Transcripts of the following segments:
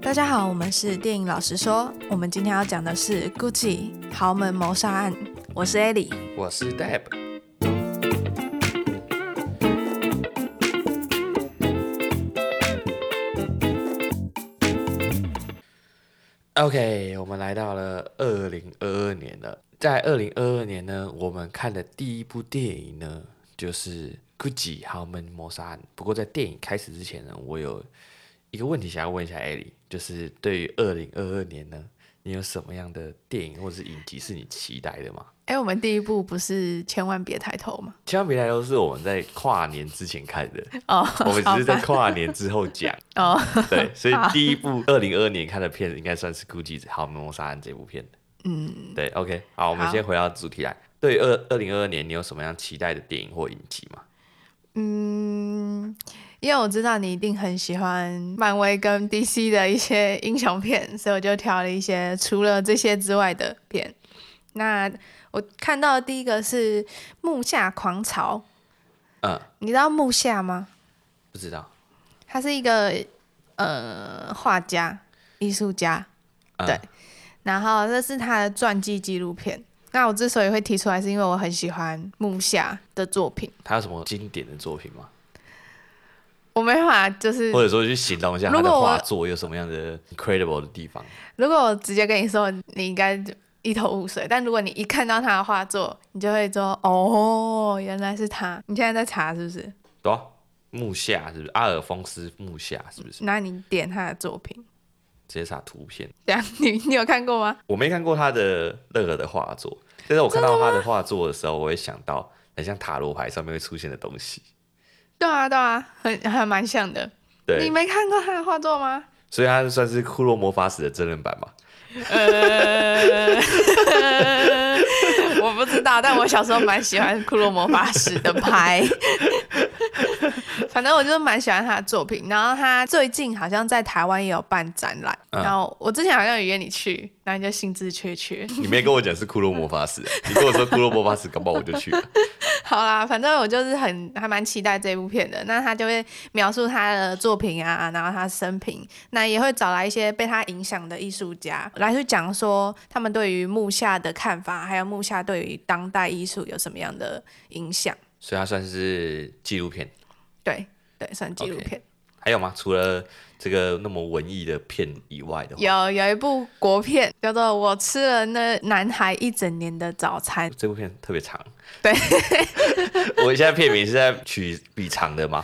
大家好，我们是电影老实说，我们今天要讲的是 Gucci 豪门谋杀案。我是 Ellie，我是 Deb。OK，我们来到了二零二二年了。在二零二二年呢，我们看的第一部电影呢，就是《Gucci 豪门谋杀案》。不过在电影开始之前呢，我有一个问题想要问一下艾莉，就是对于二零二二年呢，你有什么样的电影或者是影集是你期待的吗？哎、我们第一部不是千万别抬头吗？千万别来都是我们在跨年之前看的， 哦，我们只是在好吧跨年之后 讲。哦，对，所以好第一部二零二二年看的片应该算是《估计好谋杀案》这部片。嗯，对，OK，好，我们好先回到主题来。对二二零二二年，你有什么样期待的电影或影集吗？嗯，因为我知道你一定很喜欢漫威跟 DC 的一些英雄片，所以我就挑了一些除了这些之外的片。那我看到的第一个是《木下狂潮》，嗯，你知道木下吗？不知道。他是一个呃画家、艺术家，嗯、对然后这是他的传记纪录片。那我之所以会提出来，是因为我很喜欢木下的作品。他有什么经典的作品吗？我没办法，就是或者说去形容一下嗯他如的果我画作有什么样的 incredible 的地方？如果我直接跟你说，你应该就一头雾水。但如果你一看到他的画作，你就会说：“哦，原来是他。”你现在在查是不是？对啊，木下是不是？阿尔丰斯木下是不是？那你点他的作品，直接查图片。这样你你有看过吗？我没看过他的任何的画作，但是我看到他的画作的时候，我会想到很像塔罗牌上面会出现的东西。对啊，对啊，很还蛮像的。你对，没看过他的画作吗？所以他算是骷髅魔法使的真人版嘛？呃， 我不知道，但我小时候蛮喜欢库洛魔法使的拍， 反正我就是蛮喜欢他的作品。然后他最近好像在台湾也有办展览，嗯然后我之前好像有约你去，然后你就兴致缺缺。你没跟我讲是骷髅魔法使， 你跟我说骷髅魔法使，搞不好我就去了。好啦，反正我就是很还蛮期待这部片的。那他就会描述他的作品啊，然后他生平，那也会找来一些被他影响的艺术家来去讲说他们对于木下的看法，还有木下对于当代艺术有什么样的影响。所以他算是纪录片，对对，算纪录 OK 片。还有吗？除了这个那么文艺的片以外的话，有有一部国片叫做《我吃了那男孩一整年的早餐》，这部片特别长。对， 我现在片名是在取比长的吗？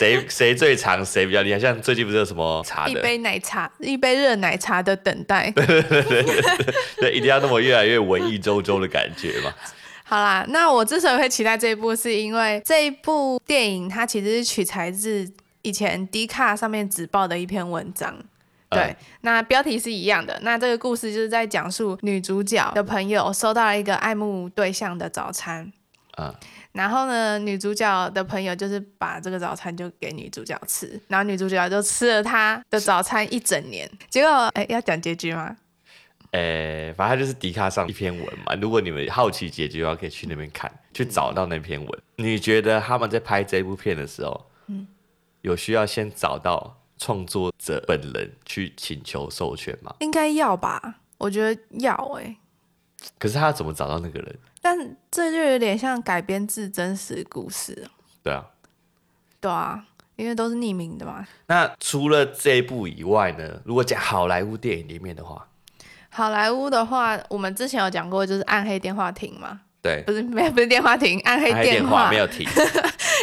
谁谁最长，谁比较厉害？像最近不是有什么茶一的？杯奶茶，一杯热奶茶的等待。 对，一定要那么越来越文艺周周的感觉嘛。好啦，那我之所以会期待这一部，是因为这一部电影它其实是取材自以前 D 卡上面只报的一篇文章。 对，嗯那标题是一样的。那这个故事就是在讲述女主角的朋友收到了一个爱慕对象的早餐，啊、然后呢，女主角的朋友就是把这个早餐就给女主角吃，然后女主角就吃了她的早餐一整年。结果，哎，要讲结局吗？诶、反正它就是迪卡上一篇文嘛。如果你们好奇结局的话，可以去那边看，去找到那篇文。你觉得他们在拍这部片的时候，嗯有需要先找到创作者本人去请求授权吗？应该要吧，我觉得要哎、可是他要怎么找到那个人？但这就有点像改编自真实故事，对啊。对啊，因为都是匿名的嘛。那除了这一部以外呢？如果讲好莱坞电影里面的话，好莱坞的话，我们之前有讲过，就是《暗黑电话亭》嘛，对，不是没有不是电话亭，暗黑还有电电话，话没有停。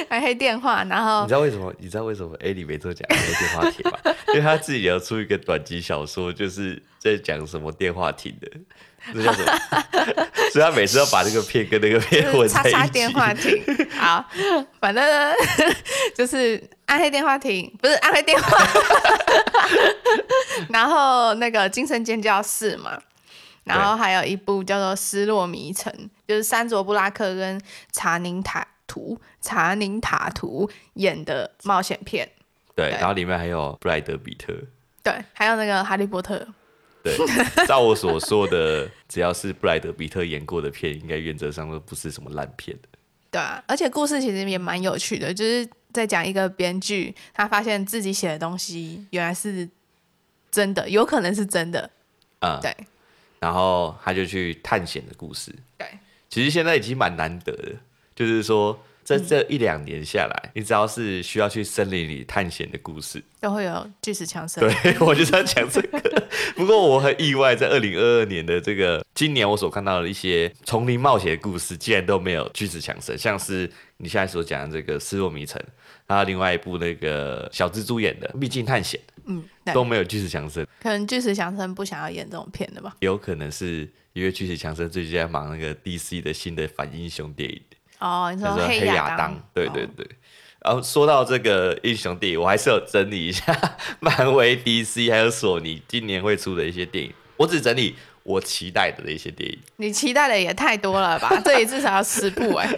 暗黑电话，然你后知道为什么？你知道为什么 A 里没做讲那个电话亭吗？ 因为他自己有出一个短集小说，就是在讲什么电话亭的，这叫什么？ 所以他每次要把那个片跟那个片就混是叉在一起。 叉电话亭，好，反正呢 就是《暗黑电话亭》，不是《暗黑电话》，然后那个《精神尖叫室》嘛，然后还有一部叫做《失落迷城》，就是山卓布拉克跟查宁塔图、查宁塔图演的冒险片，对，对然后里面还有布莱德比特。对，还有那个《哈利波特》，对，照我所说的，只要是布莱德比特演过的片，应该原则上都不是什么烂片的。对啊，而且故事其实也蛮有趣的，就是在讲一个编剧，他发现自己写的东西原来是真的，有可能是真的。啊、嗯，对然后他就去探险的故事。对，其实现在已经蛮难得的，就是说这这一两年下来，你只要是需要去森林里探险的故事， 都会有巨石强森。对我就是要讲这个。 不过我很意外，在二零二二年的这个今年，我所看到的一些丛林冒险的故事，竟然都没有巨石强森，像是你现在所讲的这个《失落迷城》，还有另外一部那个小蜘蛛演的《秘境探险嗯，》，对，都没有巨石强森。可能巨石强森不想要演这种片的吧？有可能是因为巨石强森最近在忙那个 DC 的新的反英雄电影，哦，你叫说做《黑亚亚当》。对对哦对。然后说到这个英雄电影，我还是有整理一下 漫威、DC 还有索尼今年会出的一些电影。我只整理我期待的一些电影，你期待的也太多了 吧？这里至少要十部哎、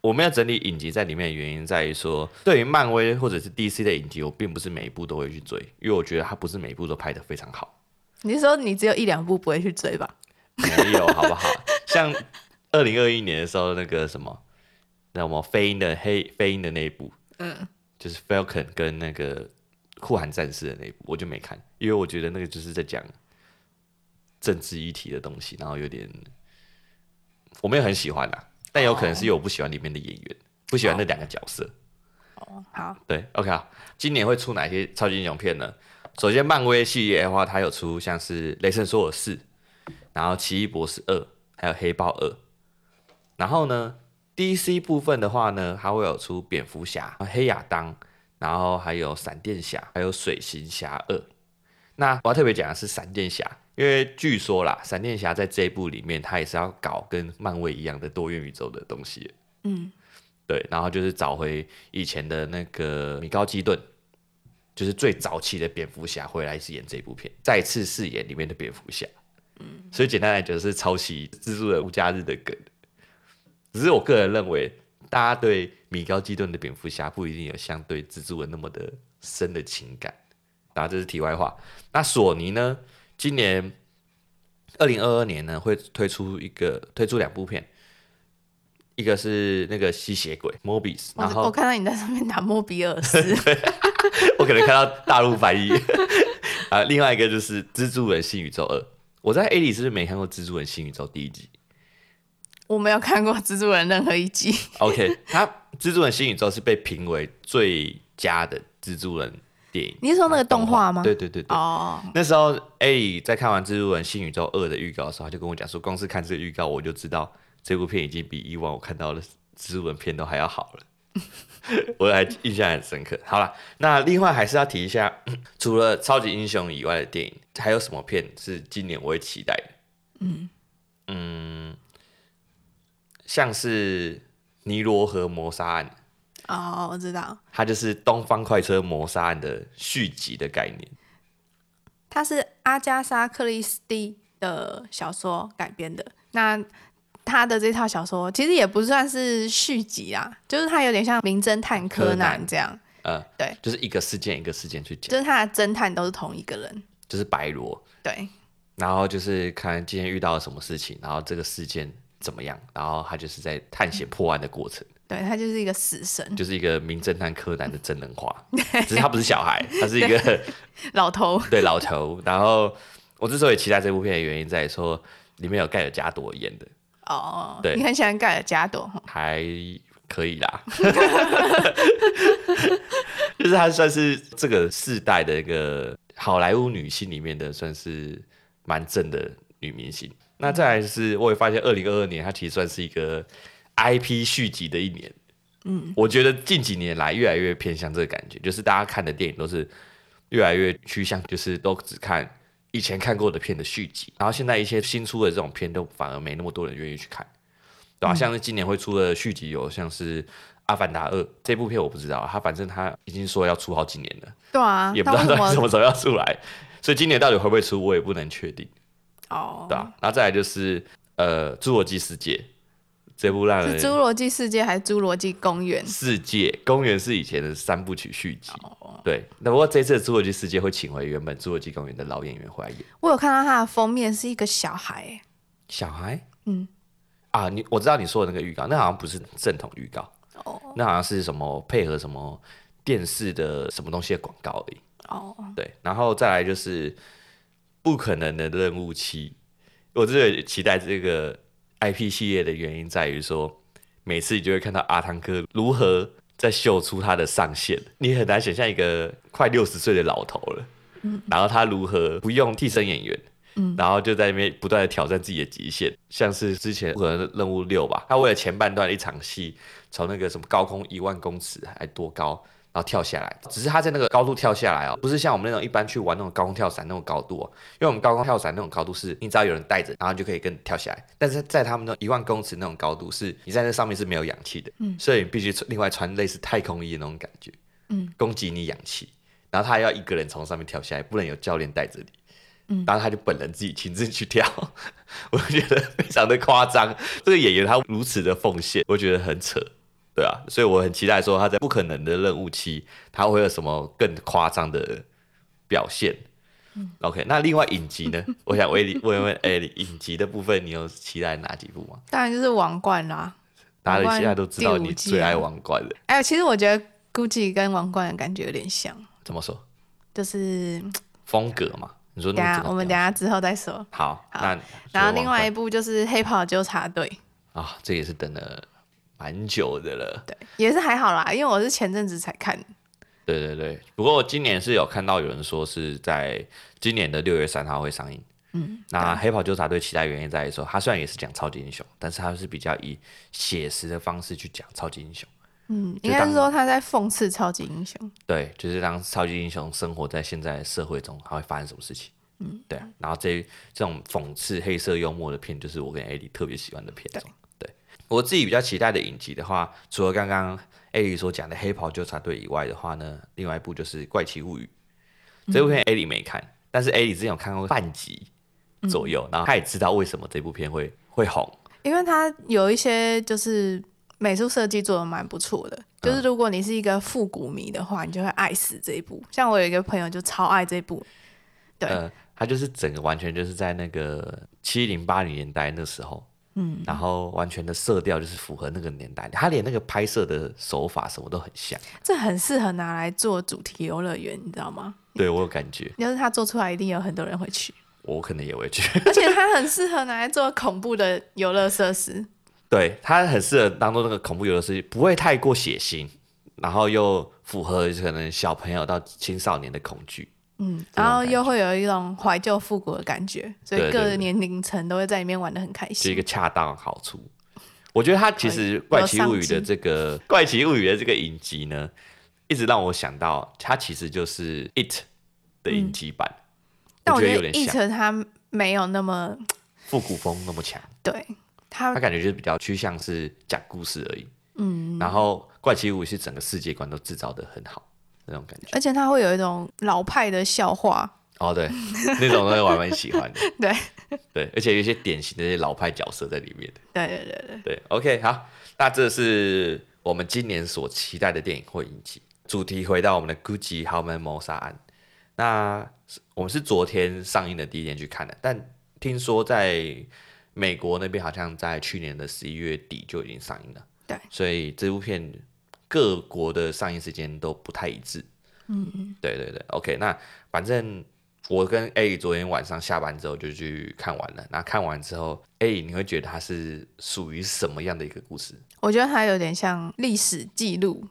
我没有整理影集在里面的原因在于说，对于漫威或者是 DC 的影集，我并不是每一部都会去追，因为我觉得它不是每一部都拍得非常好。你是说你只有一两部不会去追吧？没有，好不好？像二零二一年的时候，那个什么，那我们飞鹰的黑飞鹰的那一部，嗯，就是 Falcon 跟那个酷寒战士的那一部，我就没看，因为我觉得那个就是在讲政治议题的东西，然后有点我没有很喜欢啦，但有可能是因为我不喜欢里面的演员，不喜欢那两个角色。哦，好，对，OK 啊，今年会出哪些超级英雄片呢？首先，漫威系列的话，它有出像是《雷神索尔四》，然后《奇异博士二》，还有《黑豹二》。然后呢，DC 部分的话呢，它会有出蝙蝠侠、黑亚当，然后还有闪电侠，还有水行侠二。那我要特别讲的是闪电侠，因为据说啦，闪电侠在这一部里面，他也是要搞跟漫威一样的多元宇宙的东西。嗯，对，然后就是找回以前的那个米高基顿，就是最早期的蝙蝠侠回来饰演这部片，再次饰演里面的蝙蝠侠。嗯，所以简单来讲是抄袭蜘蛛人无家日的梗，只是我个人认为，大家对米高基顿的蝙蝠侠不一定有像对蜘蛛人那么的深的情感。然后这是题外话。那索尼呢？今年二零二二年呢，会推出一个推出两部片，一个是那个吸血鬼 Mobius，我然只后我看到你在上面打莫比尔斯， 我可能看到大陆翻译 啊。另外一个就是《蜘蛛人新宇宙二》，我在 A 里是不是没看过《蜘蛛人新宇宙》第一集我没有看过蜘蛛人任何一集， ？OK，它《蜘蛛人新宇宙》是被评为最佳的蜘蛛人电影。你是说那个动画吗啊对对对对。哦，那时候 A 在看完《蜘蛛人新宇宙二》的预告的时候，他就跟我讲说，光是看这个预告，我就知道这部片已经比以往我看到的蜘蛛人片都还要好了。 我还印象很深刻。好了，那另外还是要提一下，除了超级英雄以外的电影，还有什么片是今年我会期待的？嗯像是《尼罗河谋杀案》，哦，我知道，它就是《东方快车谋杀案》的续集的概念。它是阿加莎·克里斯蒂的小说改编的。那他的这套小说其实也不算是续集啊，就是它有点像《名侦探柯柯南南》这样，呃，对，就是一个事件一个事件去讲。就是他的侦探都是同一个人。就是白罗，对，然后就是看今天遇到了什么事情，然后这个事件怎么样，然后他就是在探险破案的过程，对他就是一个死神就是一个名侦探柯南的真人化，只是他不是小孩，他是一个老头。对老头。然后我之所以期待这部片的原因在于说，里面有盖尔加朵演的，哦，对你很喜欢盖尔加朵哈？还可以啦， 就是她算是这个世代的一个好莱坞女星里面的算是蛮正的女明星。那再来是，我也发现二零二二年它其实算是一个 IP 续集的一年。嗯，我觉得近几年来越来越偏向这个感觉，就是大家看的电影都是越来越趋向，就是都只看以前看过的片的续集，然后现在一些新出的这种片都反而没那么多人愿意去看。对吧、啊嗯像是今年会出的续集有像是《阿凡达二》这部片，我不知道，他反正他已经说要出好几年了，对啊，也不那知道为到底什什么么时候要出来，所以今年到底会不会出，我也不能确定，哦对。吧、然后再来就是呃，《侏罗纪世界》这部让是《人侏罗纪世界》还是《侏罗纪公园》？世界公园是以前的三部曲续集，哦对。那不过这次的《侏罗纪世界》会请回原本《侏罗纪公园》的老演员回来演我有看到它的封面是一个小孩、欸小孩，嗯。啊，你我知道你说的那个预告，那好像不是正统预告，哦，那好像是什么配合什么电视的什么东西的广告而已。哦，对，然后再来就是《不可能的任务七》，我这个期待这个 IP 系列的原因在于说，每次你就会看到阿汤哥如何在秀出他的上限，你很难想象一个快六十岁的老头了，然后他如何不用替身演员。然后就在那边不断的挑战自己的极限，像是之前《不可能任务六》吧，他为了前半段一场戏，从那个什么高空一万公尺还多高，然后跳下来，只是他在那个高度跳下来哦，不是像我们那种一般去玩那种高空跳伞那种高度哦，因为我们高空跳伞那种高度是你只要有人带着，然后你就可以跟跳下来，但是在他们那一万公尺那种高度是你在那上面是没有氧气的，嗯，所以你必须另外穿类似太空衣的那种感觉，嗯，供给你氧气，然后他要一个人从上面跳下来，不能有教练带着你。嗯，然后他就本人自己亲自去跳， 我觉得非常的夸张。这个演员他如此的奉献，我觉得很扯，对啊，所以我很期待说他在不可能的任务期，他会有什么更夸张的表现。OK，那嗯另外影集呢？ 我想问你问问哎，你影集的部分你有期待哪几部吗？当然就是王冠啦。大家王冠现在都知道第五你季最啊爱王冠了，哎，其实我觉得 Gucci 跟王冠的感觉有点像，怎么说？就是风格嘛？你说等那个一下怎么我们等一样下之后再说。好，好那然后所以另外一王部就是《黑袍纠察队》，冠啊，这也是等了蛮久的了。对，也是还好啦，因为我是前阵子才看。对对对，不过今年是有看到有人说是在今年的六月三号会上映。嗯，那《黑袍纠察队》期待原因在于说，它虽然也是讲超级英雄，但是它是比较以写实的方式去讲超级英雄。嗯，就应该当是说他在讽刺超级英雄。对，就是让超级英雄生活在现在的社会中，他会发生什么事情？嗯，对啊。然后这这种讽刺黑色幽默的片，就是我跟艾莉特别喜欢的片种。对我自己比较期待的影集的话，除了刚刚艾莉所讲的《黑袍纠察队》以外的话呢，另外一部就是《怪奇物语》。这部片艾莉没看，但是艾莉之前有看过半集左右，然后她也知道为什么这部片会会红。因为它有一些就是美术设计做的蛮不错的，就是嗯如果你是一个复古迷的话，你就会爱死这一部。像我有一个朋友就超爱这一部，对呃，他就是整个完全就是在那个七零八零年代那时候，嗯，然后完全的色调就是符合那个年代，他连那个拍摄的手法什么都很像，这很适合拿来做主题游乐园，你知道吗？对我有感觉，就是它做出来一定有很多人会去，我可能也会去，而且它很适合拿来做恐怖的游乐设施。 对他很适合当做那个恐怖游乐设计，不会太过血腥，然后又符合可能小朋友到青少年的恐惧，嗯，这种然后感又会有一种怀旧复古的感觉，所对以对各对个年龄层都会在里面玩的很开是一心。个恰当好处。我觉得它其实《怪奇物语》的这个《怪奇物语》的这个影集呢，一直让我想到，它其实就是《It》的影集版，但嗯我我觉得觉有得点译像成它没有那么复古风那么强，对，它它感觉就是比较趋向是讲故事而已。嗯，然后《怪奇物语》是整个世界观都制造的很好那种 感觉。而且它会有一种老派的笑话，哦，对，那种东西我还蛮喜欢的。对，对，而且有一些典型的一些老派角色在里面。对对对对，对，OK，好，那这是我们今年所期待的电影或影集。主题回到我们的 Gucci 豪门谋杀案，那是我们是昨天上映的第一天去看的，但听说在美国那边好像在去年的十一月底就已经上映了。对，所以这部片各国的上映时间都不太一致。嗯，对对对，OK，那反正我跟 A 昨天晚上下班之后就去看完了，那看完之后，A 你会觉得它是属于什么样的一个故事？我觉得它有点像历史记录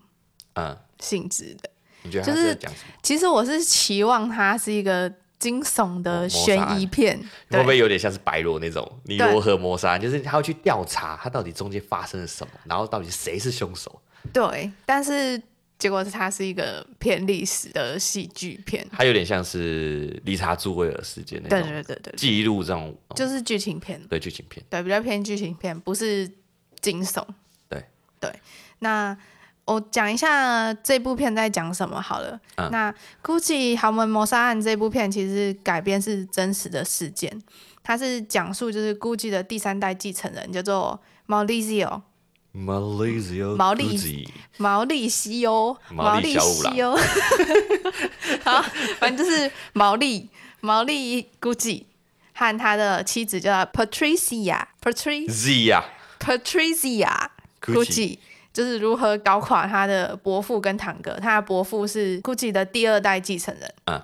嗯，性质的。你觉得它就是是在讲什么？其实我是期望它是一个惊悚的悬疑片，会不会对有点像是白罗那种尼罗河谋杀案？就是他会去调查他到底中间发生了什么，然后到底谁是凶手？对，但是结果是它是一个偏历史的喜剧片，它有点像是理查朱维尔事件那对种哦对对对，对记录这种嗯就是剧情片，对剧情片。对，比较偏剧情片，不是惊悚。对对，那我讲一下这部片在讲什么好了。嗯那《估计豪门谋杀案》这部片其实改编是真实的事件，它是讲述就是估计的第三代继承人叫做毛利西欧，Malaysia 毛利 Gucci 毛利哦西欧，毛利小五郎西欧。哦 好，反正就是毛利毛利估计和他的妻子叫 Patricia Patricia。 Z 呀 Patricia Gucci Gucci 就是如何搞垮他的伯父跟堂哥。他的伯父是 GUCCI 的第二代继承人。嗯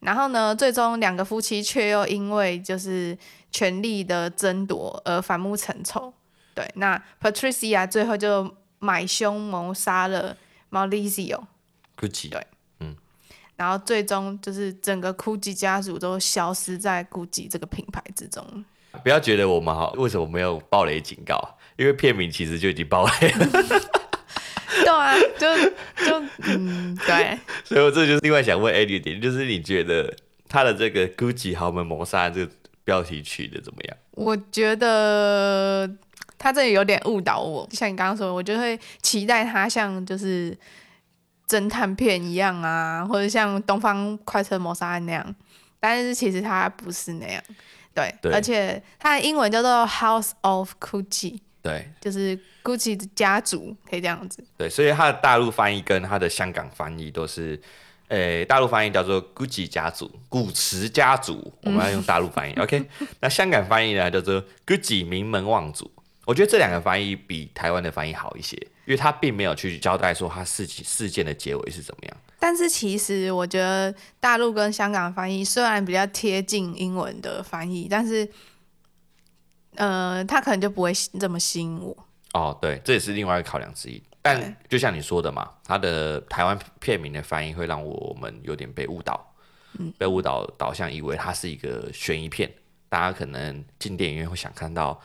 然后呢，最终两个夫妻却又因为就是权力的争夺而反目成仇。对，那 Patricia 最后就买凶谋杀了 Maurizio， ，Gucci 对然后最终就是整个 GUCCI 家族都消失在 GUCCI 这个品牌之中。不要觉得我们好，为什么没有暴雷警告？因为片名其实就已经暴雷了，对啊，就就嗯，对， 所以我这就是另外想问 Eddie 的点，就是你觉得他的这个 Gucci 豪门谋杀这个标题取的怎么样？我觉得他这里有点误导我，就像你刚刚说的，我就会期待他像就是侦探片一样啊，或者像《东方快车谋杀案》那样，但是其实他不是那样。对，对而且他的英文叫做 House of Gucci，对就是 Gucci 的家族，可以这样子。对，所以他的大陆翻译跟他的香港翻译都是，诶、大陆翻译叫做 Gucci 家族、古驰家族，我们要用大陆 翻译。OK，那香港翻译呢叫做 Gucci 名门望族。我觉得这两个翻译比台湾的翻译好一些，因为他并没有去交代说他事情事件的结尾是怎么样。但是其实我觉得大陆跟香港翻译虽然比较贴近英文的翻译，但是，呃，他可能就不会吸这么吸引我。哦，对，这也是另外一个考量之一。但就像你说的嘛，它的台湾片名的翻译会让我们有点被误导，被误导导向以为它是一个悬疑片，大家可能进电影院会想看到，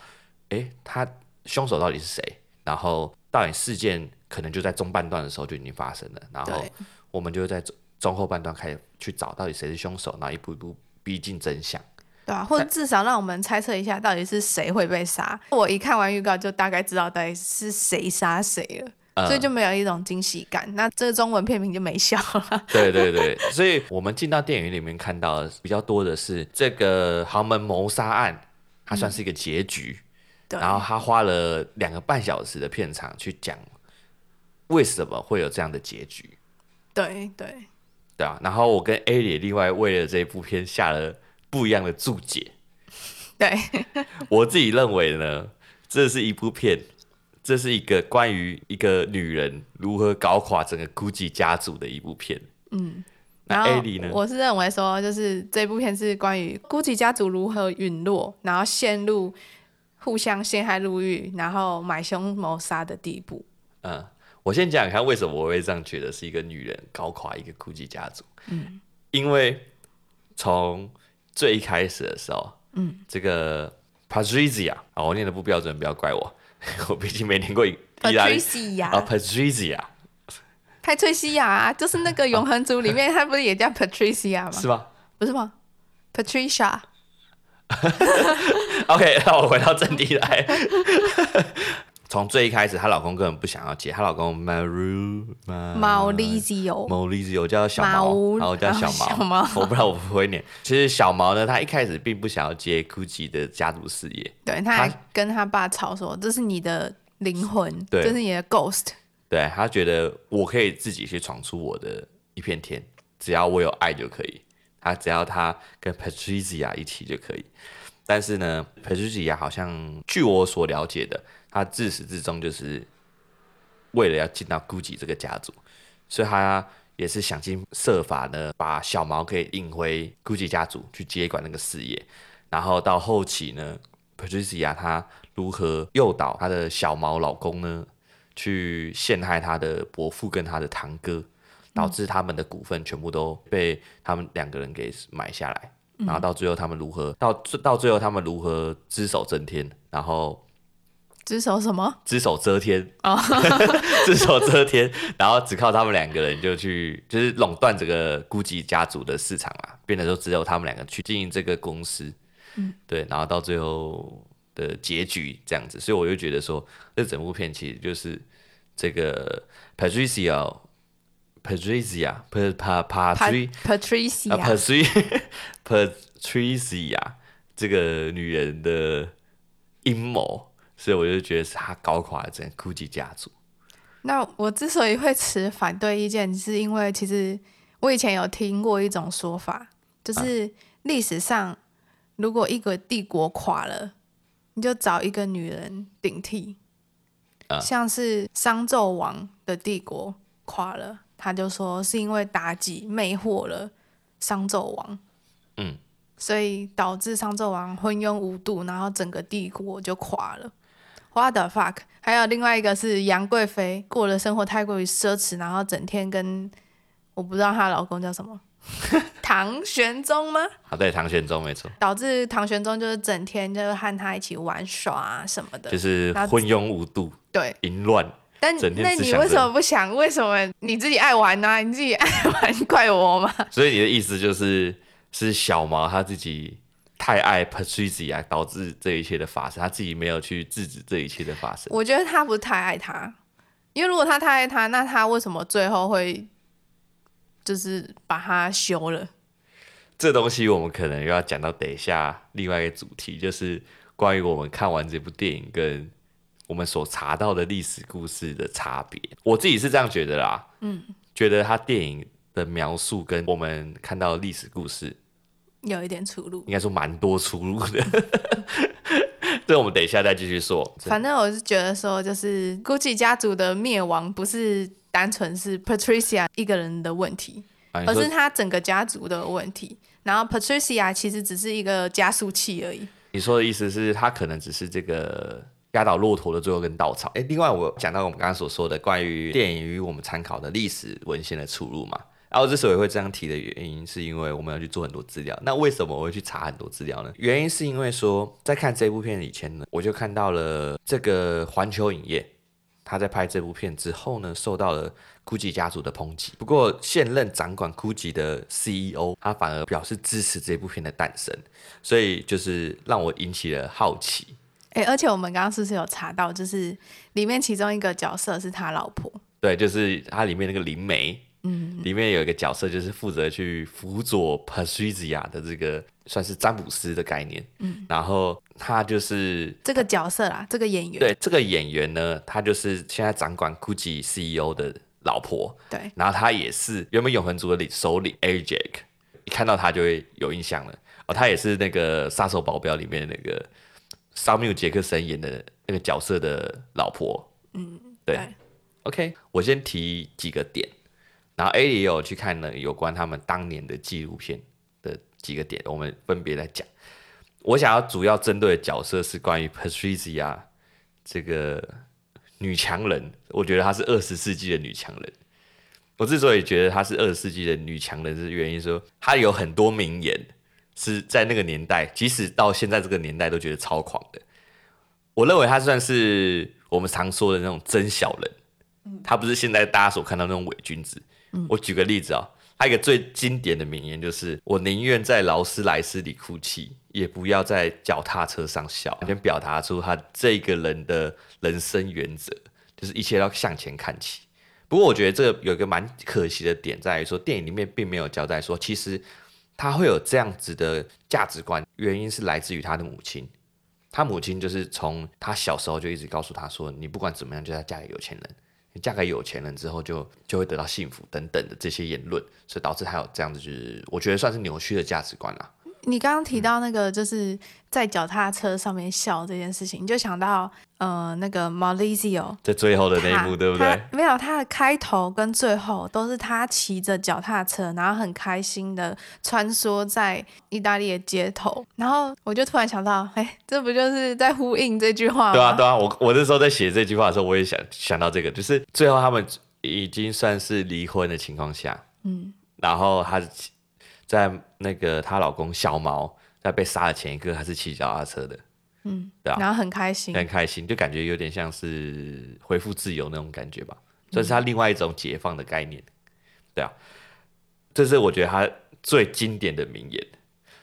诶，他凶手到底是谁？然后到底事件可能就在中半段的时候就已经发生了，然后对我们就会在中中后半段开始去找到底谁是凶手，然后一步一步逼近真相。对啊，或者至少让我们猜测一下到底是谁会被杀。我一看完预告就大概知道到底是谁杀谁了，呃所以就没有一种惊喜感。那这个中文片名就没笑了。 对对对，所以我们进到电影院里面看到的比较多的是这个豪门谋杀案，它算是一个结局，对，然后他花了两个半小时的片场去讲为什么会有这样的结局，对对，对啊，然后我跟 A 也另外为了这部片下了不一样的注解，对，我自己认为呢，这是一部片，这是一个关于一个女人如何搞垮整个 GUCCI 家族的一部片。 那嗯然后 Ellie 呢我是认为说，就是这部片是关于 GUCCI 家族如何陨落，然后陷入互相陷害入狱，然后买凶谋杀的地步。嗯，我先讲看为什么我会这样觉得是一个女人搞垮一个 GUCCI 家族。嗯，因为从最一开始的时候，嗯，这个 Patrizia 啊，我念的不标准，不要怪我， 我毕竟没念 过意大利啊 Patricia， ，Patrizia 派翠西亚啊就是那个《永恒族》里 面，她不是也叫 Patricia 吗？是吗不是吗？Patricia， ？OK，那我回到正题来。 从最一开始，她老公根本不想要接，她老公 Maru 毛利西欧，呃毛利子，我叫小毛毛，然后我叫然后 小毛，小毛我不知道我不会念。其实小毛呢，他一开始并不想要接 GUCCI 的家族事业，对，她还跟她爸吵说：“这是你的灵魂，对这是你的 ghost。对他觉得我可以自己去闯出我的一片天，只要我有爱就可以。他只要他跟 Patricia 一起就可以。但是呢，Patricia 好像据我所了解的，他自始至终就是为了要进到 GUCCI 这个家族，所以他也是想尽设法呢，把小毛给引回 GUCCI 家族去接管那个事业。然后到后期呢，Patricia 她如何诱导她的小毛老公呢，去陷害她的伯父跟她的堂哥，导致他们的股份全部都被他们两个人给买下来。然后到最后，他们如何到到最后，他们如何只手遮天，然后”只手什么？只手遮天， 只手遮天，然后只靠他们两个人就去，就是垄断整个 GUCCI 家族的市场啦，变得就只有他们两个去经营这个公司，嗯，对，然后到最后的结局这样子，所以我就觉得说，这整部片其实就是这个 Patricia Patricia Pa Pa Patri Patricia，、啊 Patricia Patricia 这个女人的阴谋，所以我就觉得是她搞垮了整个 GUCCI 家族。那我之所以会持反对意见，是因为其实我以前有听过一种说法，就是嗯历史上如果一个帝国垮了，你就找一个女人顶替。嗯像是商纣王的帝国垮了，他就说是因为妲己魅惑了商纣王，嗯，所以导致商纣王昏庸无度，然后整个帝国就垮了。What the fuck？还有另外一个是杨贵妃过的生活太过于奢侈，然后整天跟我不知道她老公叫 什么，唐玄宗吗？好，对，唐玄宗没错，导致唐玄宗就是整天就是和他一起玩耍啊什么的。就是然后昏庸无度、对，淫乱，但整天那只你想为着什么不想？为什么你自己爱玩呢、你自己爱玩，怪我吗？ 所以你的意思就是，是小毛他自己太爱 Patricia 导致这一切的发生，他自己没有去制止这一切的发生。我觉得他不是太爱他，因为如果他太爱他，那他为什么最后会就是把他休了？这东西我们可能又要讲到等一下另外一个主题，就是关于我们看完这部电影跟我们所查到的历史故事的差别。我自己是这样觉得啦，嗯，觉得他电影的描述跟我们看到的历史故事有一点出入。应该说蛮多出入的。 这我们等一下再继续说。反正我是觉得说，就是 Gucci 家族的灭亡不是单纯是 Patricia 一个人的问题，啊你而说是他整个家族的问题。然后 Patricia 其实只是一个加速器而已。你说的意思是，他可能只是这个压倒骆驼的最后一根稻草。哎，另外我讲到我们刚刚所说的关于电影与我们参考的历史文献的出入嘛，然后之所以会这样提的原因，是因为我们要去做很多资料。那为什么我会去查很多资料呢？原因是因为说，在看这部片以前呢，我就看到了这个环球影业。他在拍这部片之后呢，受到了 GUCCI 家族的抨击。不过，现任掌管 GUCCI 的 CEO，他反而表示支持这部片的诞生。所以就是让我引起了好奇。哎、而且我们刚刚是不是有查到，就是里面其中一个角色是他老婆，对，就是它里面那个灵媒，嗯，里面有一个角色就是负责去辅佐 p a t r i c i a 的这个算是占卜师的概念，嗯，然后他就是这个角色啦，这个演员，对这个演员呢，他就是现在掌管 GUCCI CEO 的老婆，对然后他也是原本永恒族的领首领 Ajak，一看到他就会有印象了。哦，他也是那个《杀手保镖》里面那个呃萨缪尔杰克森演的那个角色的老婆。嗯，对。对 OK，我先提几个点，然后 A 也有去看了有关他们当年的纪录片的几个点，我们分别来讲。我想要主要针对的角色是关于 Patricia 这个女强人，我觉得她是二十世纪的女强人。我之所以觉得她是二十世纪的女强人，是原因说她有很多名言是在那个年代，即使到现在这个年代都觉得超狂的。我认为她算是我们常说的那种真小人，她不是现在大家所看到那种伪君子。我举个例子啊、哦，她一个最经典的名言就是：“我宁愿在劳斯莱斯里哭泣，也不要在脚踏车上笑。”先表达出她这个人的人生原则，就是一切要向前看齐。不过我觉得这个有一个蛮可惜的点在于说，电影里面并没有交代说，其实他会有这样子的价值观，原因是来自于他的母亲。他母亲就是从他小时候就一直告诉他说，你不管怎么样，就要嫁给有钱人。你嫁给有钱人之后就，就会得到幸福等等的这些言论，所以导致他有这样子，就是我觉得算是扭曲的价值观啦。你刚刚提到那个就是在脚踏车上面笑这件事情，你就想到呃那个 Malizio 在最后的那他一幕，对不对？？他没有，他的开头跟最后都是他骑着脚踏车，然后很开心的穿梭在意大利的街头，然后我就突然想到，哎，这不就是在呼应这句话吗？对啊，对啊，我我那时候在写这句话的时候，我也想想到这个，就是最后他们已经算是离婚的情况下，嗯，然后她在那个她老公小毛在被杀的前一刻，还是骑脚踏车的，嗯，对啊，然后很开心，很开心，就感觉有点像是恢复自由那种感觉吧，算是他另外一种解放的概念，对啊，这是我觉得他最经典的名言。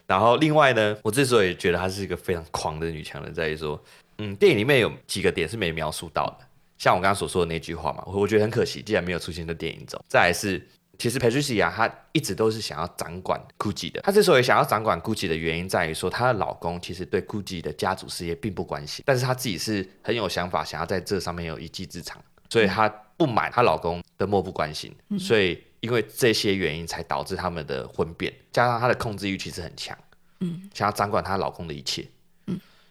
然后另外呢，我之所以觉得她是一个非常狂的女强人，在于说，嗯，电影里面有几个点是没描述到的，像我刚刚所说的那句话嘛，我我觉得很可惜，竟然没有出现在电影中。再来是。其实 Patricia 啊她一直都是想要掌管 GUCCI 的。她之所以想要掌管 GUCCI 的原因，在于说她的老公其实对 GUCCI 的家族事业并不关心，但是她自己是很有想法，想要在这上面有一技之长，所以她不满她老公的漠不关心，所以因为这些原因才导致他们的婚变，加上她的控制欲其实很强，想要掌管她老公的一切。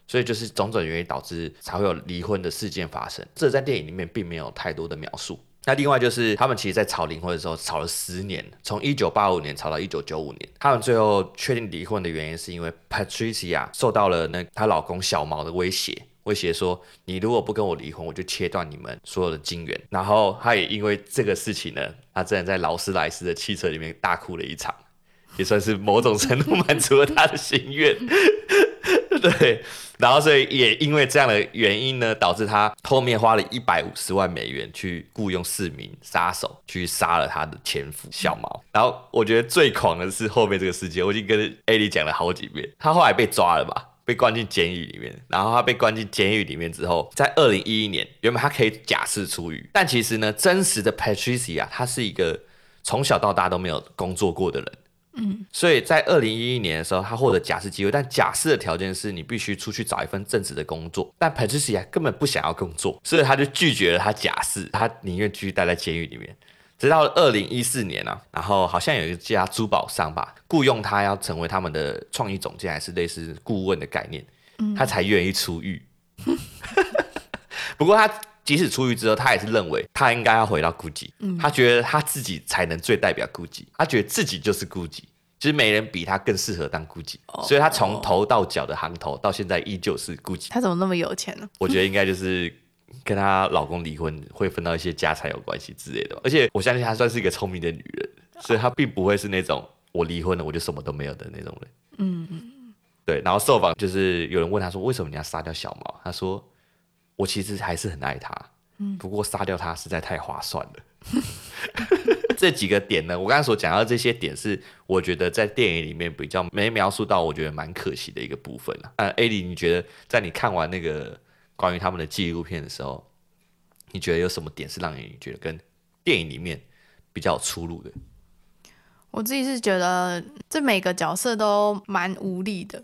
所以就是种种原因导致才会有离婚的事件发生。这在电影里面并没有太多的描述。那另外就是他们其实，在吵离婚的时候吵了十年，从一九八五年吵到一九九五年。他们最后确定离婚的原因是因为 Patricia 受到了那她老公小毛的威胁，威胁说你如果不跟我离婚，我就切断你们所有的金源。然后她也因为这个事情呢，她真的在劳斯莱斯的汽车里面大哭了一场，也算是某种程度满足了她的心愿。 对，然后所以也因为这样的原因呢，导致他后面花了一百五十万美元去雇佣四名杀手去杀了他的前夫小毛。然后我觉得最狂的是后面这个事件，我已经跟艾莉讲了好几遍，他后来被抓了吧。被关进监狱里面，然后他被关进监狱里面之后，在二零一一年，原本他可以假释出狱，但其实呢，真实的 Patricia 她是一个从小到大都没有工作过的人，所以在二零一一年的时候，他获得假释机会，但假释的条件是你必须出去找一份正职的工作。但 Patricia 根本不想要工作，所以他就拒绝了他假释，他宁愿继续待在监狱里面。直到二零一四年啊，然后好像有一家珠宝商吧，雇佣他要成为他们的创意总监，还是类似顾问的概念，他才愿意出狱。不过他即使出狱之后，他也是认为他应该要回到 GUCCI，、他觉得他自己才能最代表 GUCCI，他觉得自己就是 GUCCI，其实没人比他更适合当 GUCCI，、所以他从头到脚的行头到现在依旧是 GUCCI。他怎么那么有钱呢、我觉得应该就是跟她老公离婚会分到一些家产有关系之类的吧。而且我相信她算是一个聪明的女人，所以她并不会是那种我离婚了我就什么都没有的那种人。嗯，对。然后受访就是有人问她说为什么你要杀掉小毛？她说我其实还是很爱他，不过杀掉他实在太划算了。 这几个点呢，我刚才所讲到这些点是，我觉得在电影里面比较没描述到，我觉得蛮可惜的一个部分了。呃艾莉，你觉得在你看完那个关于他们的纪录片的时候，你觉得有什么点是让你觉得跟电影里面比较有出入的？我自己是觉得这每个角色都蛮无力的，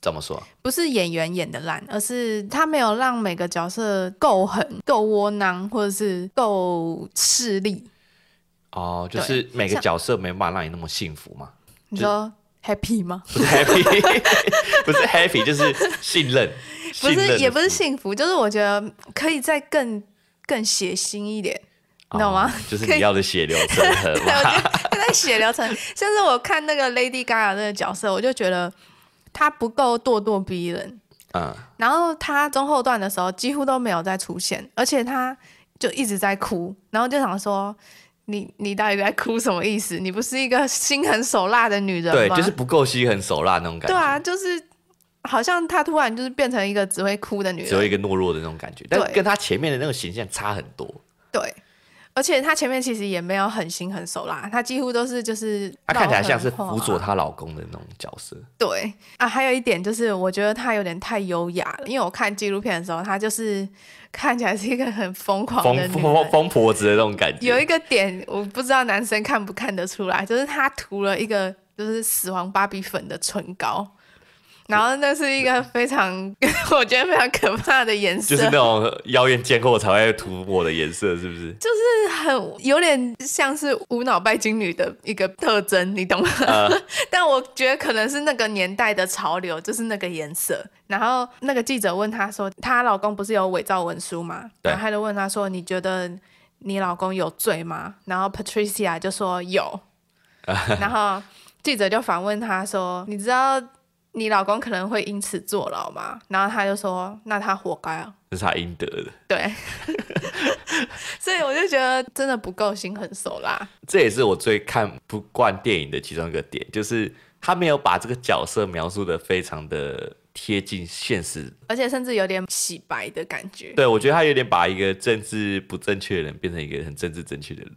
怎么说啊？不是演员演的烂，而是他没有让每个角色够狠、够窝囊，或者是够势利。哦，就是每个角色没办法让你那么幸福 嘛，你说 happy 吗？不是 happy，不是 happy，就是信任， 不信任是，的也不是福幸福，就是我觉得可以再更更血腥一 点，你懂吗哦？就是可你以要的血流成河 对，我嘛。觉得那血流成，像是我看那个 Lady Gaga 那个角色，我就觉得她不够咄咄逼人，嗯，然后她中后段的时候几乎都没有再出现，而且她就一直在哭，然后就想说。你你到底在哭什么意思？你不是一个心狠手辣的女人对，吗？就是不够心狠手辣那种感对觉，啊，就是好像她突然就是变成一个只会哭的女人，只有一个懦弱的那种感觉，但对跟他前面的那个形象差很多。对，而且她前面其实也没有很心狠手辣，她几乎都是就是她啊看起来唠狠像是话辅佐她老公的那种角色。对啊，还有一点就是，我觉得她有点太优雅了，因为我看纪录片的时候，她就是看起来是一个很疯狂的疯女疯人。疯婆子的那种感觉。有一个点，我不知道男生看不看得出来，就是她涂了一个就是死亡芭比粉的唇膏，然后那是一个非常 我觉得非常可怕的颜色， 就是那种妖艳贱货才会涂抹的颜色，是不是？就是很有点像是无脑拜金女的一个特征，你懂吗？ 但我觉得可能是那个年代的潮流，就是那个颜色。然后那个记者问她说，她老公不是有伪造文书吗？对然后她就问她说，你觉得你老公有罪吗？然后 Patricia 就说有。然后记者就反问她说，你知道你老公可能会因此坐牢吗？然后她就说，那他活该啊。这是她应得的。对， 所以我就觉得真的不够心狠手辣。这也是我最看不惯电影的其中一个点，就是他没有把这个角色描述的非常的贴近现实。而且甚至有点洗白的感觉，对我觉得他有点把一个政治不正确的人变成一个很政治正确的人。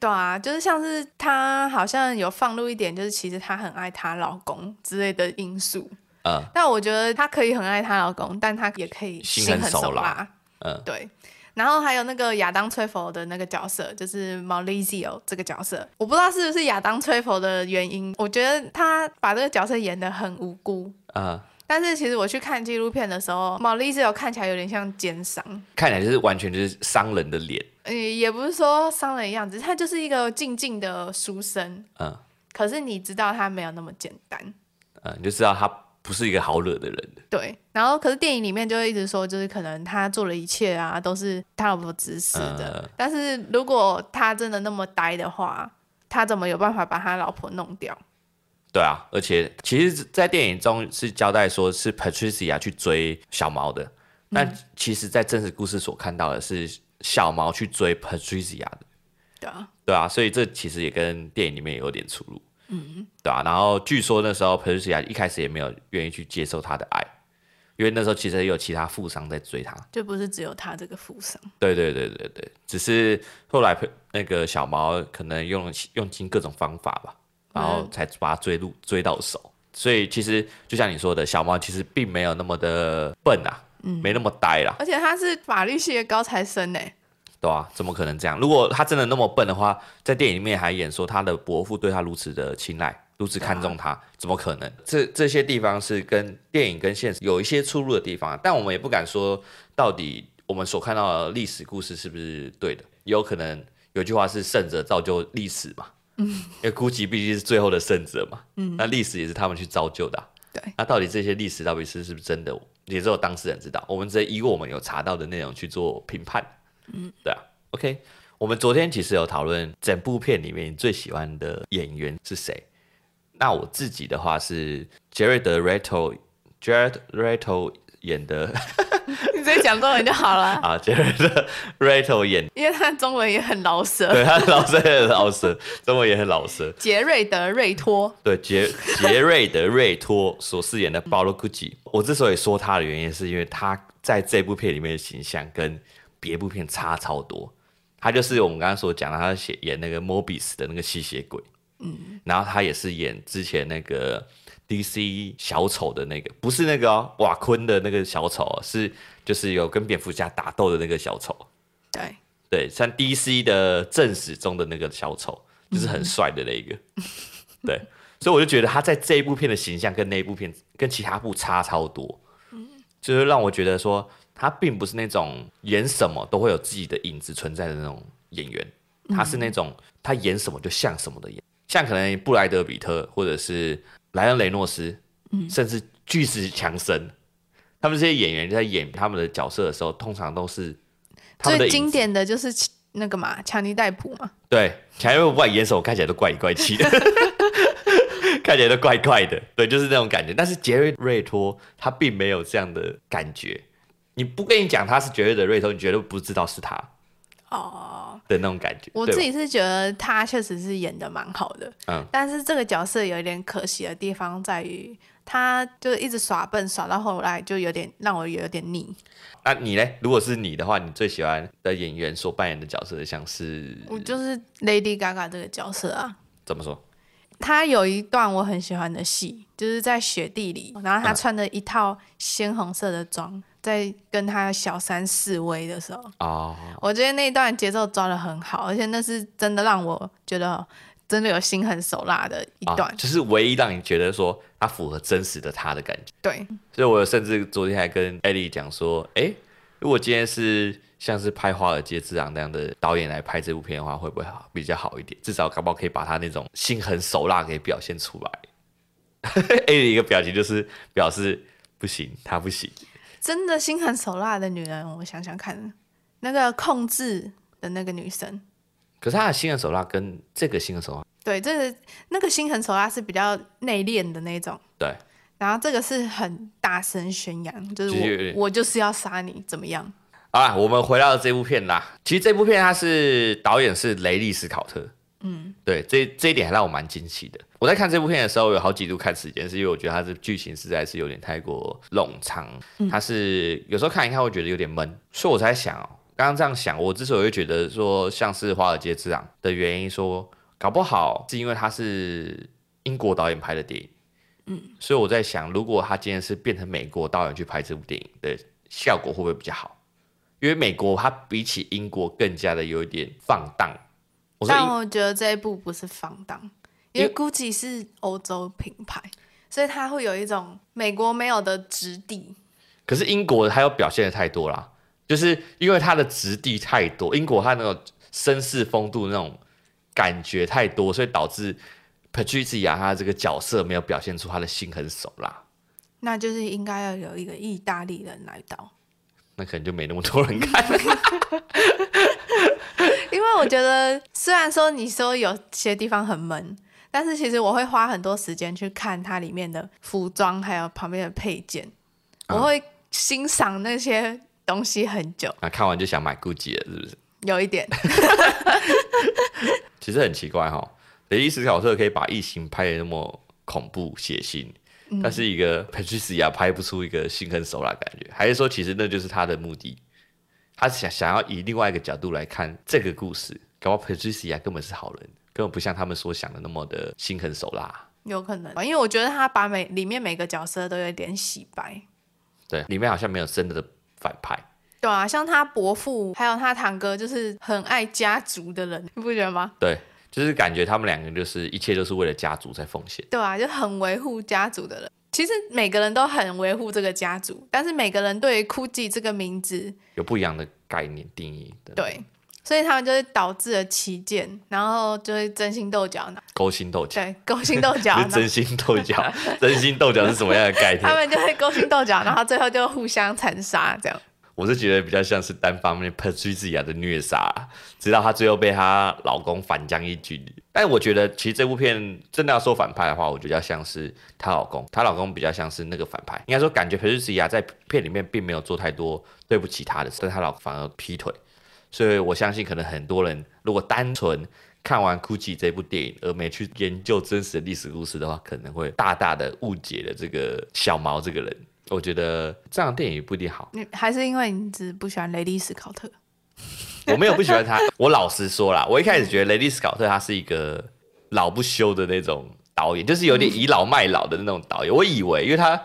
对啊，就是像是她好像有放入一点，就是其实她很爱她老公之类的因素。嗯但我觉得她可以很爱她老公，但她也可以心心狠狠手手辣辣。嗯，对。然后还有那个亚当·崔佛的那个角色，就是 Maurizio 这个角色，我不知道是不是亚当·崔佛的原因，我觉得他把这个角色演得很无辜，啊、但是其实我去看纪录片的时候，毛利是有看起来有点像奸商，看起来就是完全就是商人的脸。呃，也不是说商人的样子，他就是一个静静的书生。嗯可是你知道他没有那么简单，嗯，你就知道他不是一个好惹的人。对，然后可是电影里面就一直说，就是可能他做的一切啊，都是他老婆指使的。嗯但是如果他真的那么呆的话，他怎么有办法把他老婆弄掉？对啊，而且其实，在电影中是交代说是 Patricia 去追小毛的，那其实，在真实故事所看到的是小毛去追 Patricia 的，对啊，对啊，所以这其实也跟电影里面有点出入，嗯，对啊。然后据说那时候 Patricia 一开始也没有愿意去接受他的爱，因为那时候其实也有其他富商在追他，就不是只有他这个富商。对对对对对，只是后来 Pe- 那个小毛可能用用尽各种方法吧，然后才把他追入追到手。所以其实就像你说的，小毛其实并没有那么的笨啊，没那么呆啦，而且他是法律系的高材生欸呢、对啊？怎么可能这样？如果他真的那么笨的话，在电影里面还演说他的伯父对他如此的青睐，如此看重他，怎么可能？这这些地方是跟电影跟现实有一些出入的地方啊，但我们也不敢说到底我们所看到的历史故事是不是对的，也有可能有句话是“胜者造就历史”嘛，嗯，因为估计毕竟是最后的胜者嘛，嗯，那历史也是他们去造就的啊、对那到底这些历史到底是是不是真的，也只有当事人知道，我们只能以我们有查到的内容去做评判，嗯，对啊，OK。我们昨天其实有讨论整部片里面你最喜欢的演员是谁。那我自己的话是 Jared Leto，Jared Leto 演的 你直接讲中文就好了，啊，Jared Leto 演，因为他中文也很老舌。对他老师也很老舌，中文也很老舌。杰瑞德瑞托，对杰杰瑞德瑞托所饰演的 b a l o g u c i 我之所以说他的原因，是因为他在这部片里面的形象跟别部片差超多。他就是我们刚刚所讲的，他写演那个 Morbius 的那个吸血鬼，嗯，然后他也是演之前那个 DC 小丑的那个，不是那个、哦、瓦昆的那个小丑哦，是就是有跟蝙蝠侠打斗的那个小丑，对，对，像 DC 的正史中的那个小丑，就是很帅的那一个。对，所以我就觉得他在这一部片的形象跟那一部片跟其他部差超多，就是让我觉得说他并不是那种演什么都会有自己的影子存在的那种演员，他是那种他演什么就像什么的演，像可能布莱德比特或者是莱恩雷诺斯，甚至巨石强森。他们这些演员在演他们的角色的时候，通常都是他们最的影子经典的就是那个嘛，强尼戴普嘛，对，强尼戴普不管演什么，看起来都怪里怪 气的，看起来都怪怪的，对，就是那种感觉。但是杰瑞瑞托他并没有这样的感觉，你不跟你讲他是杰瑞的瑞托，你绝对不知道是他哦，的那种感觉。我对吧自己是觉得他确实是演的蛮好的，嗯但是这个角色有一点可惜的地方在于，他就一直耍笨，耍到后来就有点让我有点腻。那你呢？如果是你的话，你最喜欢的演员所扮演的角色，像是我就是 Lady Gaga 这个角色啊，怎么说？她有一段我很喜欢的戏，就是在雪地里，然后嗯她穿着一套鲜红色的装，在跟她小三示威的时候，哦，我觉得那一段节奏抓的很好，而且那是真的让我觉得真的有心狠手辣的一段。啊，就是唯一让你觉得说他符合真实的他的感觉。对，所以我甚至昨天还跟艾莉讲说，诶，如果今天是像是拍《华尔街之狼》那样的导演来拍这部片的话，会不会好比较好一点？至少搞不好可以把他那种心狠手辣给表现出来。 艾莉一个表情就是表示不行，他不行。真的心狠手辣的女人，我想想看，那个控制的那个女生，可是他的心狠手辣跟这个心狠手辣，对，这个那个心狠手辣是比较内敛的那种，对然后这个是很大声宣扬，就是就是有点我我就是要杀你，怎么样？好啦，我们回到这部片啦。其实这部片它是导演是雷利·斯考特，嗯，对，这这一点还让我蛮惊喜的。我在看这部片的时候，有好几度看时间，是因为我觉得它的剧情实在是有点太过冗长，它是有时候看一看会觉得有点闷，所以我才想哦，刚刚这样想，我之所以会觉得说像是《华尔街之狼》的原因说搞不好是因为它是英国导演拍的电影，嗯，所以我在想，如果他今天是变成美国导演去拍这部电影的效果，会不会比较好？因为美国它比起英国更加的有一点放荡。我说但英我觉得这一部不是放荡，因为 GUCCI 是欧洲品牌，所以它会有一种美国没有的质地。可是英国它又表现的太多啦，就是因为它的质地太多，英国它那种绅士风度那种感觉太多，所以导致 Patricia 她这个角色没有表现出她的心狠手辣。那就是应该要有一个意大利人来导，那可能就没那么多人看。 因为我觉得虽然说你说有些地方很闷，但是其实我会花很多时间去看它里面的服装，还有旁边的配件，我会欣赏那些东西很久，那看完就想买 GUCCI 了，是不是？有一点其实很奇怪哈、哦，雷伊斯考特可以把《异形》拍的那么恐怖血腥，但是一个 Patricia 拍不出一个心狠手辣的感觉，还是说其实那就是他的目的？他想想要以另外一个角度来看这个故事，搞不好 Patricia 根本是好人，根本不像他们所想的那么的心狠手辣。有可能，因为我觉得他把每里面每个角色都有点洗白。对，里面好像没有真的反派，对啊，像他伯父还有他堂哥，就是很爱家族的人，你不觉得吗？对，就是感觉他们两个就是一切都是为了家族在奉献。对啊，就很维护家族的人。其实每个人都很维护这个家族，但是每个人对于 Gucci 这个名字，有不一样的概念定义的，对，所以他们就是导致了旗舰，然后就是争心斗角， 勾心斗角，对，勾心斗角，不然是后真心斗角，真心斗角是什么样的概他念？们就会勾心斗角，然后最后就互相残杀这样。我是觉得比较像是单方面 Patricia 的虐杀，直到她最后被她老公反将一军。但我觉得其实这部片真的要说反派的话，我觉得像是她老公，她老公比较像是那个反派。应该说感觉 Patricia 啊在片里面并没有做太多对不起她的事，但她老公反而劈腿。所以我相信可能很多人如果单纯看完《Gucci》这部电影而没去研究真实的历史故事的话，可能会大大的误解了这个小毛这个人。我觉得这样的电影不一定好。你还是因为你只不喜欢雷利斯考特， 我没有不喜欢他，我老实说啦，我一开始觉得雷利斯考特他是一个老不休的那种导演，就是有点倚老卖老的那种导演。我以为，因为他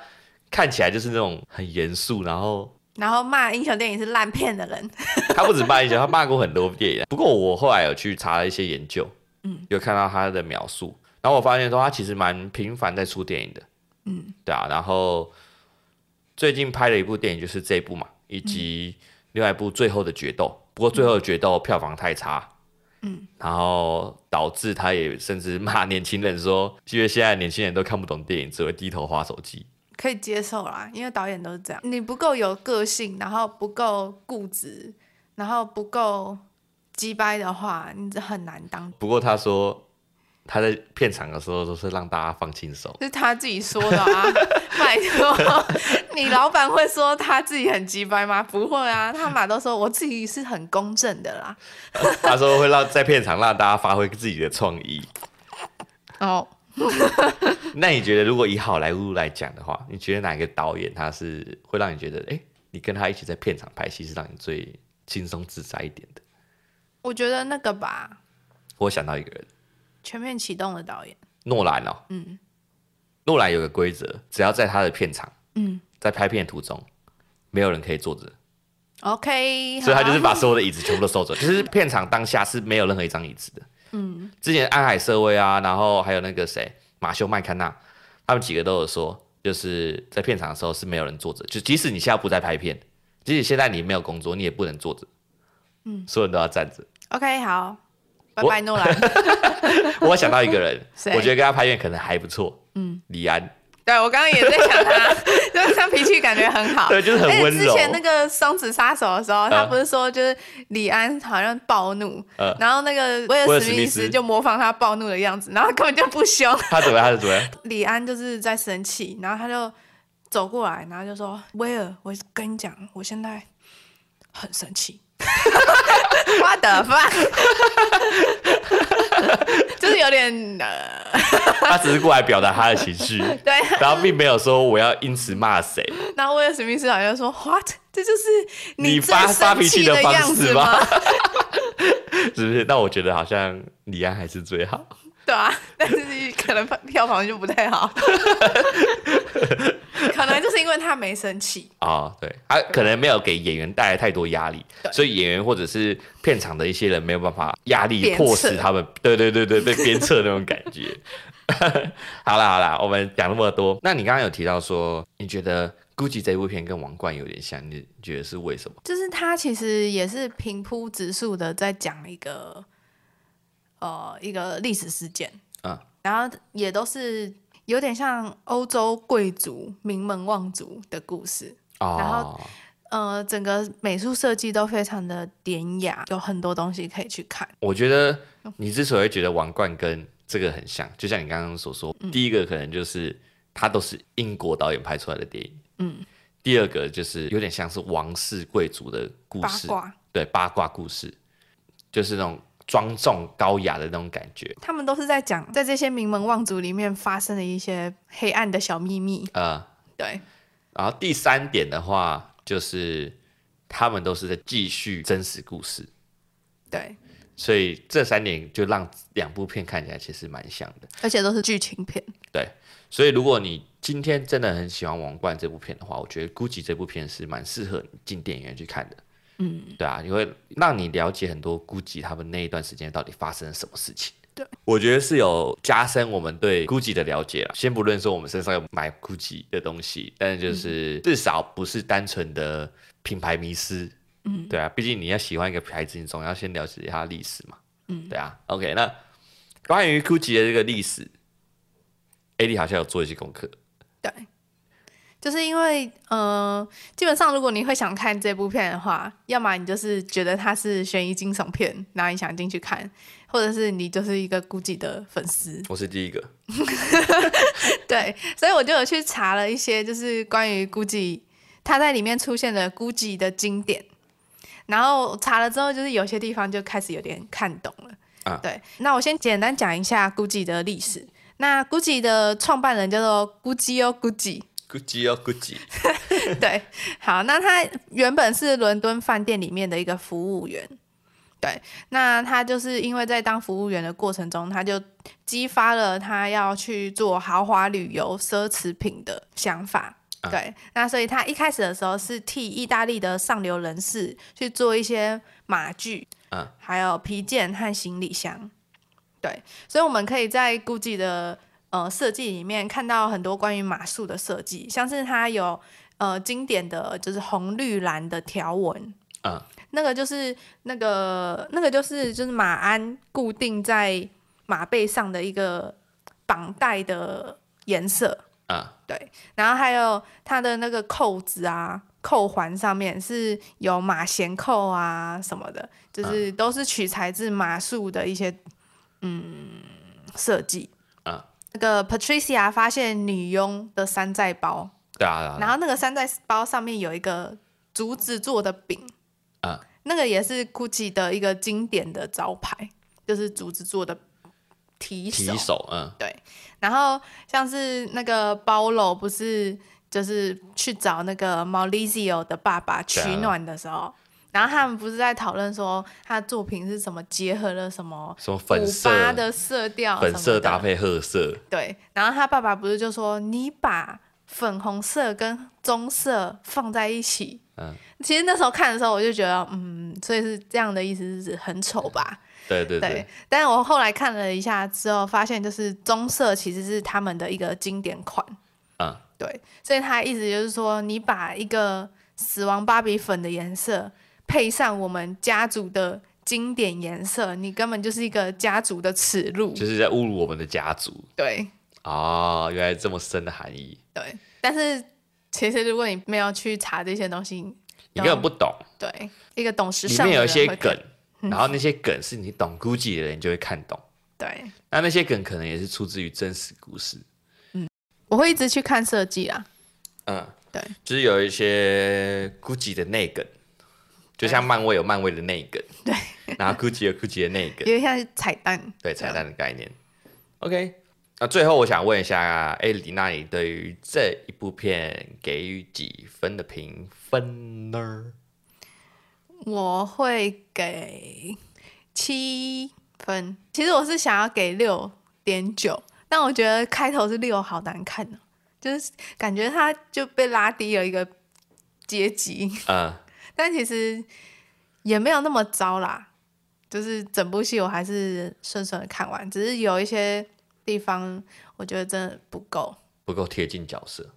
看起来就是那种很严肃，然后然后骂英雄电影是烂片的人，他不止骂一些，他骂过很多电影。不过我后来有去查了一些研究，嗯，有看到他的描述，然后我发现说他其实蛮频繁在出电影的，嗯，对啊。然后最近拍了一部电影，就是这一部嘛，以及另外一部《最后的决斗》。不过《最后的决斗》票房太差，嗯，然后导致他也甚至骂年轻人说，因为现在年轻人都看不懂电影，只会低头划手机。可以接受啦，因为导演都是这样，你不够有个性，然后不够固执，然后不够鸡掰的话，你很难当不过他说他在片场的时候都是让大家放轻松。是他自己说的 啊，拜托，你老板会说他自己很鸡掰吗？不会啊，他马都说我自己是很公正的啦。他说会让在片场让大家发挥自己的创意。 哦，那你觉得，如果以好莱坞来讲的话，你觉得哪个导演他是会让你觉得，哎、你跟他一起在片场拍戏是让你最轻松自在一点的？我觉得那个吧，我想到一个人，全面启动的导演，诺兰哦，嗯，诺兰有个规则，只要在他的片场，嗯，在拍片途中，没有人可以坐着， OK，所以他就是好啊把所有的椅子全部都收走， 就是片场当下是没有任何一张椅子的。嗯，之前安海瑟薇啊，然后还有那个谁马修麦康纳，他们几个都有说，就是在片场的时候是没有人坐着，就即使你现在不在拍片，即使现在你没有工作，你也不能坐着。嗯，所有人都要站着。 OK 好，拜我拜 诺兰。我想到一个人 谁，我觉得跟他拍片可能还不错。嗯，李安， 对我刚刚也在想他， 就是他脾气感觉很好。对，就是很而温且哎之柔。前那个《双子杀手》的时候，他不是说就是李安好像暴怒，嗯然后那个威威尔尔史史密密斯斯就模仿他暴怒的样子，然后根本就不凶。他怎么样？他是怎么样？李安就是在生气，然后他就走过来，然后就说：“威尔，我跟你讲，我现在很生 气。” What the fuck？就是有点呃，他只是过来表达他的 情绪，对。然后并没有说我要因此骂谁。然后威尔史密斯好像说：“What？这就是你最发发生脾气的的方样子式吗吗？是不是？那我觉得好像李安还是最好。对啊， 但是可能票房就不太好， 可能就是因为他没生气。哦，对，他可能没有给演员带来太多压力，所以演员或者是片场的一些人没有办法压力鞭迫使策他们，对对对对，被鞭策那种感觉。 好啦好啦，我们讲那么多，那你刚刚有提到说，你觉得《Gucci》这部片跟《王冠》有点像，你觉得是为什么？就是他其实也是平铺直述的在讲一个呃一个历史事件，嗯，然后也都是有点像欧洲贵族名门望族的故事。哦，然后呃，整个美术设计都非常的典雅，有很多东西可以去看。我觉得你之所以觉得王冠跟这个很像，就像你刚刚所说，嗯第一个可能就是它都是英国导演拍出来的电影，嗯，第二个就是有点像是王室贵族的故八事，卦，对八卦故事，就是那种庄重高雅的那种感觉，他们都是在讲在这些名门望族里面发生的一些黑暗的小秘密。呃，对，然后第三点的话就是他们都是在继续真实故事，对，所以这三点就让两部片看起来其实蛮像的。而且都是剧情片。所以如果你今天真的很喜欢《王冠》这部片的话，我觉得《估计这部片是蛮适合你进电影院去看的。嗯，对啊，因为让你了解很多估计他们那一段时间到底发生了什么事情。对，我觉得是有加深我们对 GUCCI 的了解了。啊先不论说我们身上有买 GUCCI 的东西，但是就是至少不是单纯的品牌迷失。嗯，对啊，毕竟你要喜欢一个牌子，你总要先了解它的历史嘛。嗯，对啊。OK，那关于 GUCCI 的这个历史，A D 好像有做一些功课。对，就是因为呃，基本上如果你会想看这部片的话，要么你就是觉得它是悬疑惊悚片，然后你想进去看，或者是你就是一个估计的粉丝。我是第一个， 对，所以我就有去查了一些，就是关于 GUCCI 它在里面出现的 GUCCI 的经典，然后查了之后，就是有些地方就开始有点看懂了。啊对，那我先简单讲一下 GUCCI 的历史。那 GUCCI 的创办人叫做 GUCCI 哦 GUCCI， GUCCI 哦 GUCCI，对，好，那他原本是伦敦饭店里面的一个服务员，对，那他就是因为在当服务员的过程中，他就激发了他要去做豪华旅游、奢侈品的想法。啊对，那所以他一开始的时候是替意大利的上流人士去做一些马具，啊还有皮件和行李箱。对，所以我们可以在估计的呃设计里面看到很多关于马术的设计，像是它有呃经典的就是红绿蓝的条纹，嗯，那个就是那个那个就是就是马鞍固定在马背上的一个绑带的颜色，啊对，然后还有它的那个扣子啊，扣环上面是有马衔扣啊什么的，就是都是取材自马术的一些嗯设计。啊，那个 Patricia 发现女佣的山寨包，对啊，对啊然后那个山寨包上面有一个竹子做的饼，啊那个也是 GUCCI 的一个经典的招牌，就是竹子做的提手。提手，嗯对，然后像是那个包楼不是就是去找那个 Maurizio 的爸爸取对啊暖的时候，然后他们不是在讨论说他的作品是什么结合了什么什么古粉色巴的色调什粉么色的搭配褐色，对，然后他爸爸不是就说你把粉红色跟棕色放在一起。嗯，其实那时候看的时候，我就觉得，嗯，所以是这样的意思，是指很丑吧？对对对对，，但是我后来看了一下之后，发现就是棕色其实是他们的一个经典款，嗯对，所以他意思就是说，你把一个死亡芭比粉的颜色配上我们家族的经典颜色，你根本就是一个家族的耻辱，就是在侮辱我们的家族对哦，原来这么深的含义，对。但是其实如果你没有去查这些东西，你然根后本不懂，对一个懂时里尚的面有一人些会梗看，，嗯然后那些梗是你懂 GUCCI 的人就会看懂，对，那那些梗可能也是出自于真实故事，我会一直去看设计啊，嗯，对，就是有一些 GUCCI 的内梗，就像漫威有漫威的内梗，对，然后 GUCCI 有 GUCCI 的内梗，有点像是彩蛋，对彩蛋的概念。OK，那最后我想问一下，艾莉，那你对于这一部片给予几分的评分呢？我会给七分。其实我是想要给六点九，但我觉得开头是六好难看呢、就是感觉它就被拉低了一个阶级，呃，但其实也没有那么糟啦。就是整部戏我还是顺顺的看完，只是有一些地方我觉得真的不够，不够贴近角色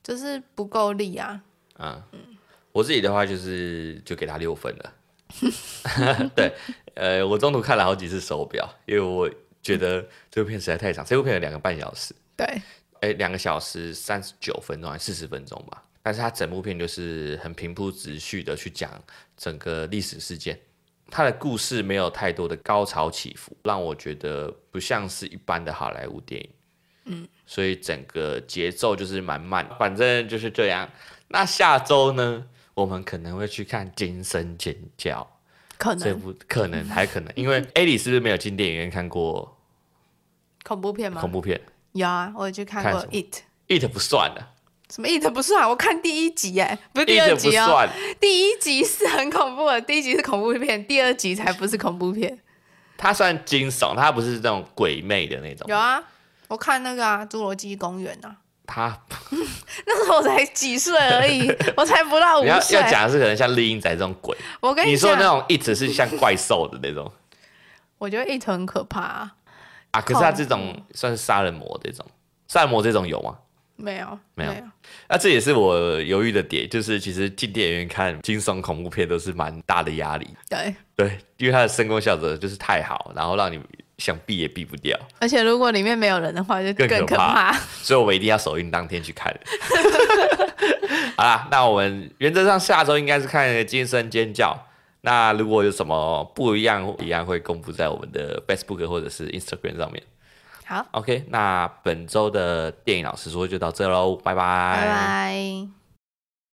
就是不够力啊。啊。我自己的话就是就给他六分了。对，呃，我中途看了好几次手表，因为我觉得这部片实在太长，这部片有两个半小时。对，哎、哎，两个小时三十九分钟还是四十分钟吧。但是它整部片就是很平铺直叙的去讲整个历史事件，它的故事没有太多的高潮起伏，让我觉得不像是一般的好莱坞电影。嗯，所以整个节奏就是蛮慢，反正就是这样。那下周呢，我们可能会去看《惊声尖叫》。可这能部可能还可能，因为艾莉是不是没有进电影院看过恐怖片吗恐？怖片有啊，我有去看看过什么 It。 ？It 不算 了什么 It 不算，啊我看第一集哎，不是第二，It 不集哦，算， 第一集是很恐怖的，第一集是恐怖片，第二集才不是恐怖片。它算惊悚，它不是那种鬼魅的那种有。啊，我看那个啊，《侏罗纪公园》啊， 它那时候我才几岁而 已，我才哦不到五你要岁要。讲的是可能像丽英仔这种鬼，我跟你说讲那，种 It 是像怪兽的那种我觉得 It 很可怕、啊，啊，可是它这种算是杀人魔这种，杀人魔这种有吗？没有没有那、这也是我犹豫的点，就是其实进电影院看惊悚恐怖片都是蛮大的压力，对。对，因为它的声光效果就是太好，然后让你想避也避不掉。而且如果里面没有人的话，就更可可怕怕。所以我们一定要首映当天去看。 好啦，那我们原则上下周应该是看《惊声尖叫》。那如果有什么不一样，一样会公布在我们的 Facebook 或者是 Instagram 上面。好， OK，那本周的电影老师说就到这喽，拜拜拜。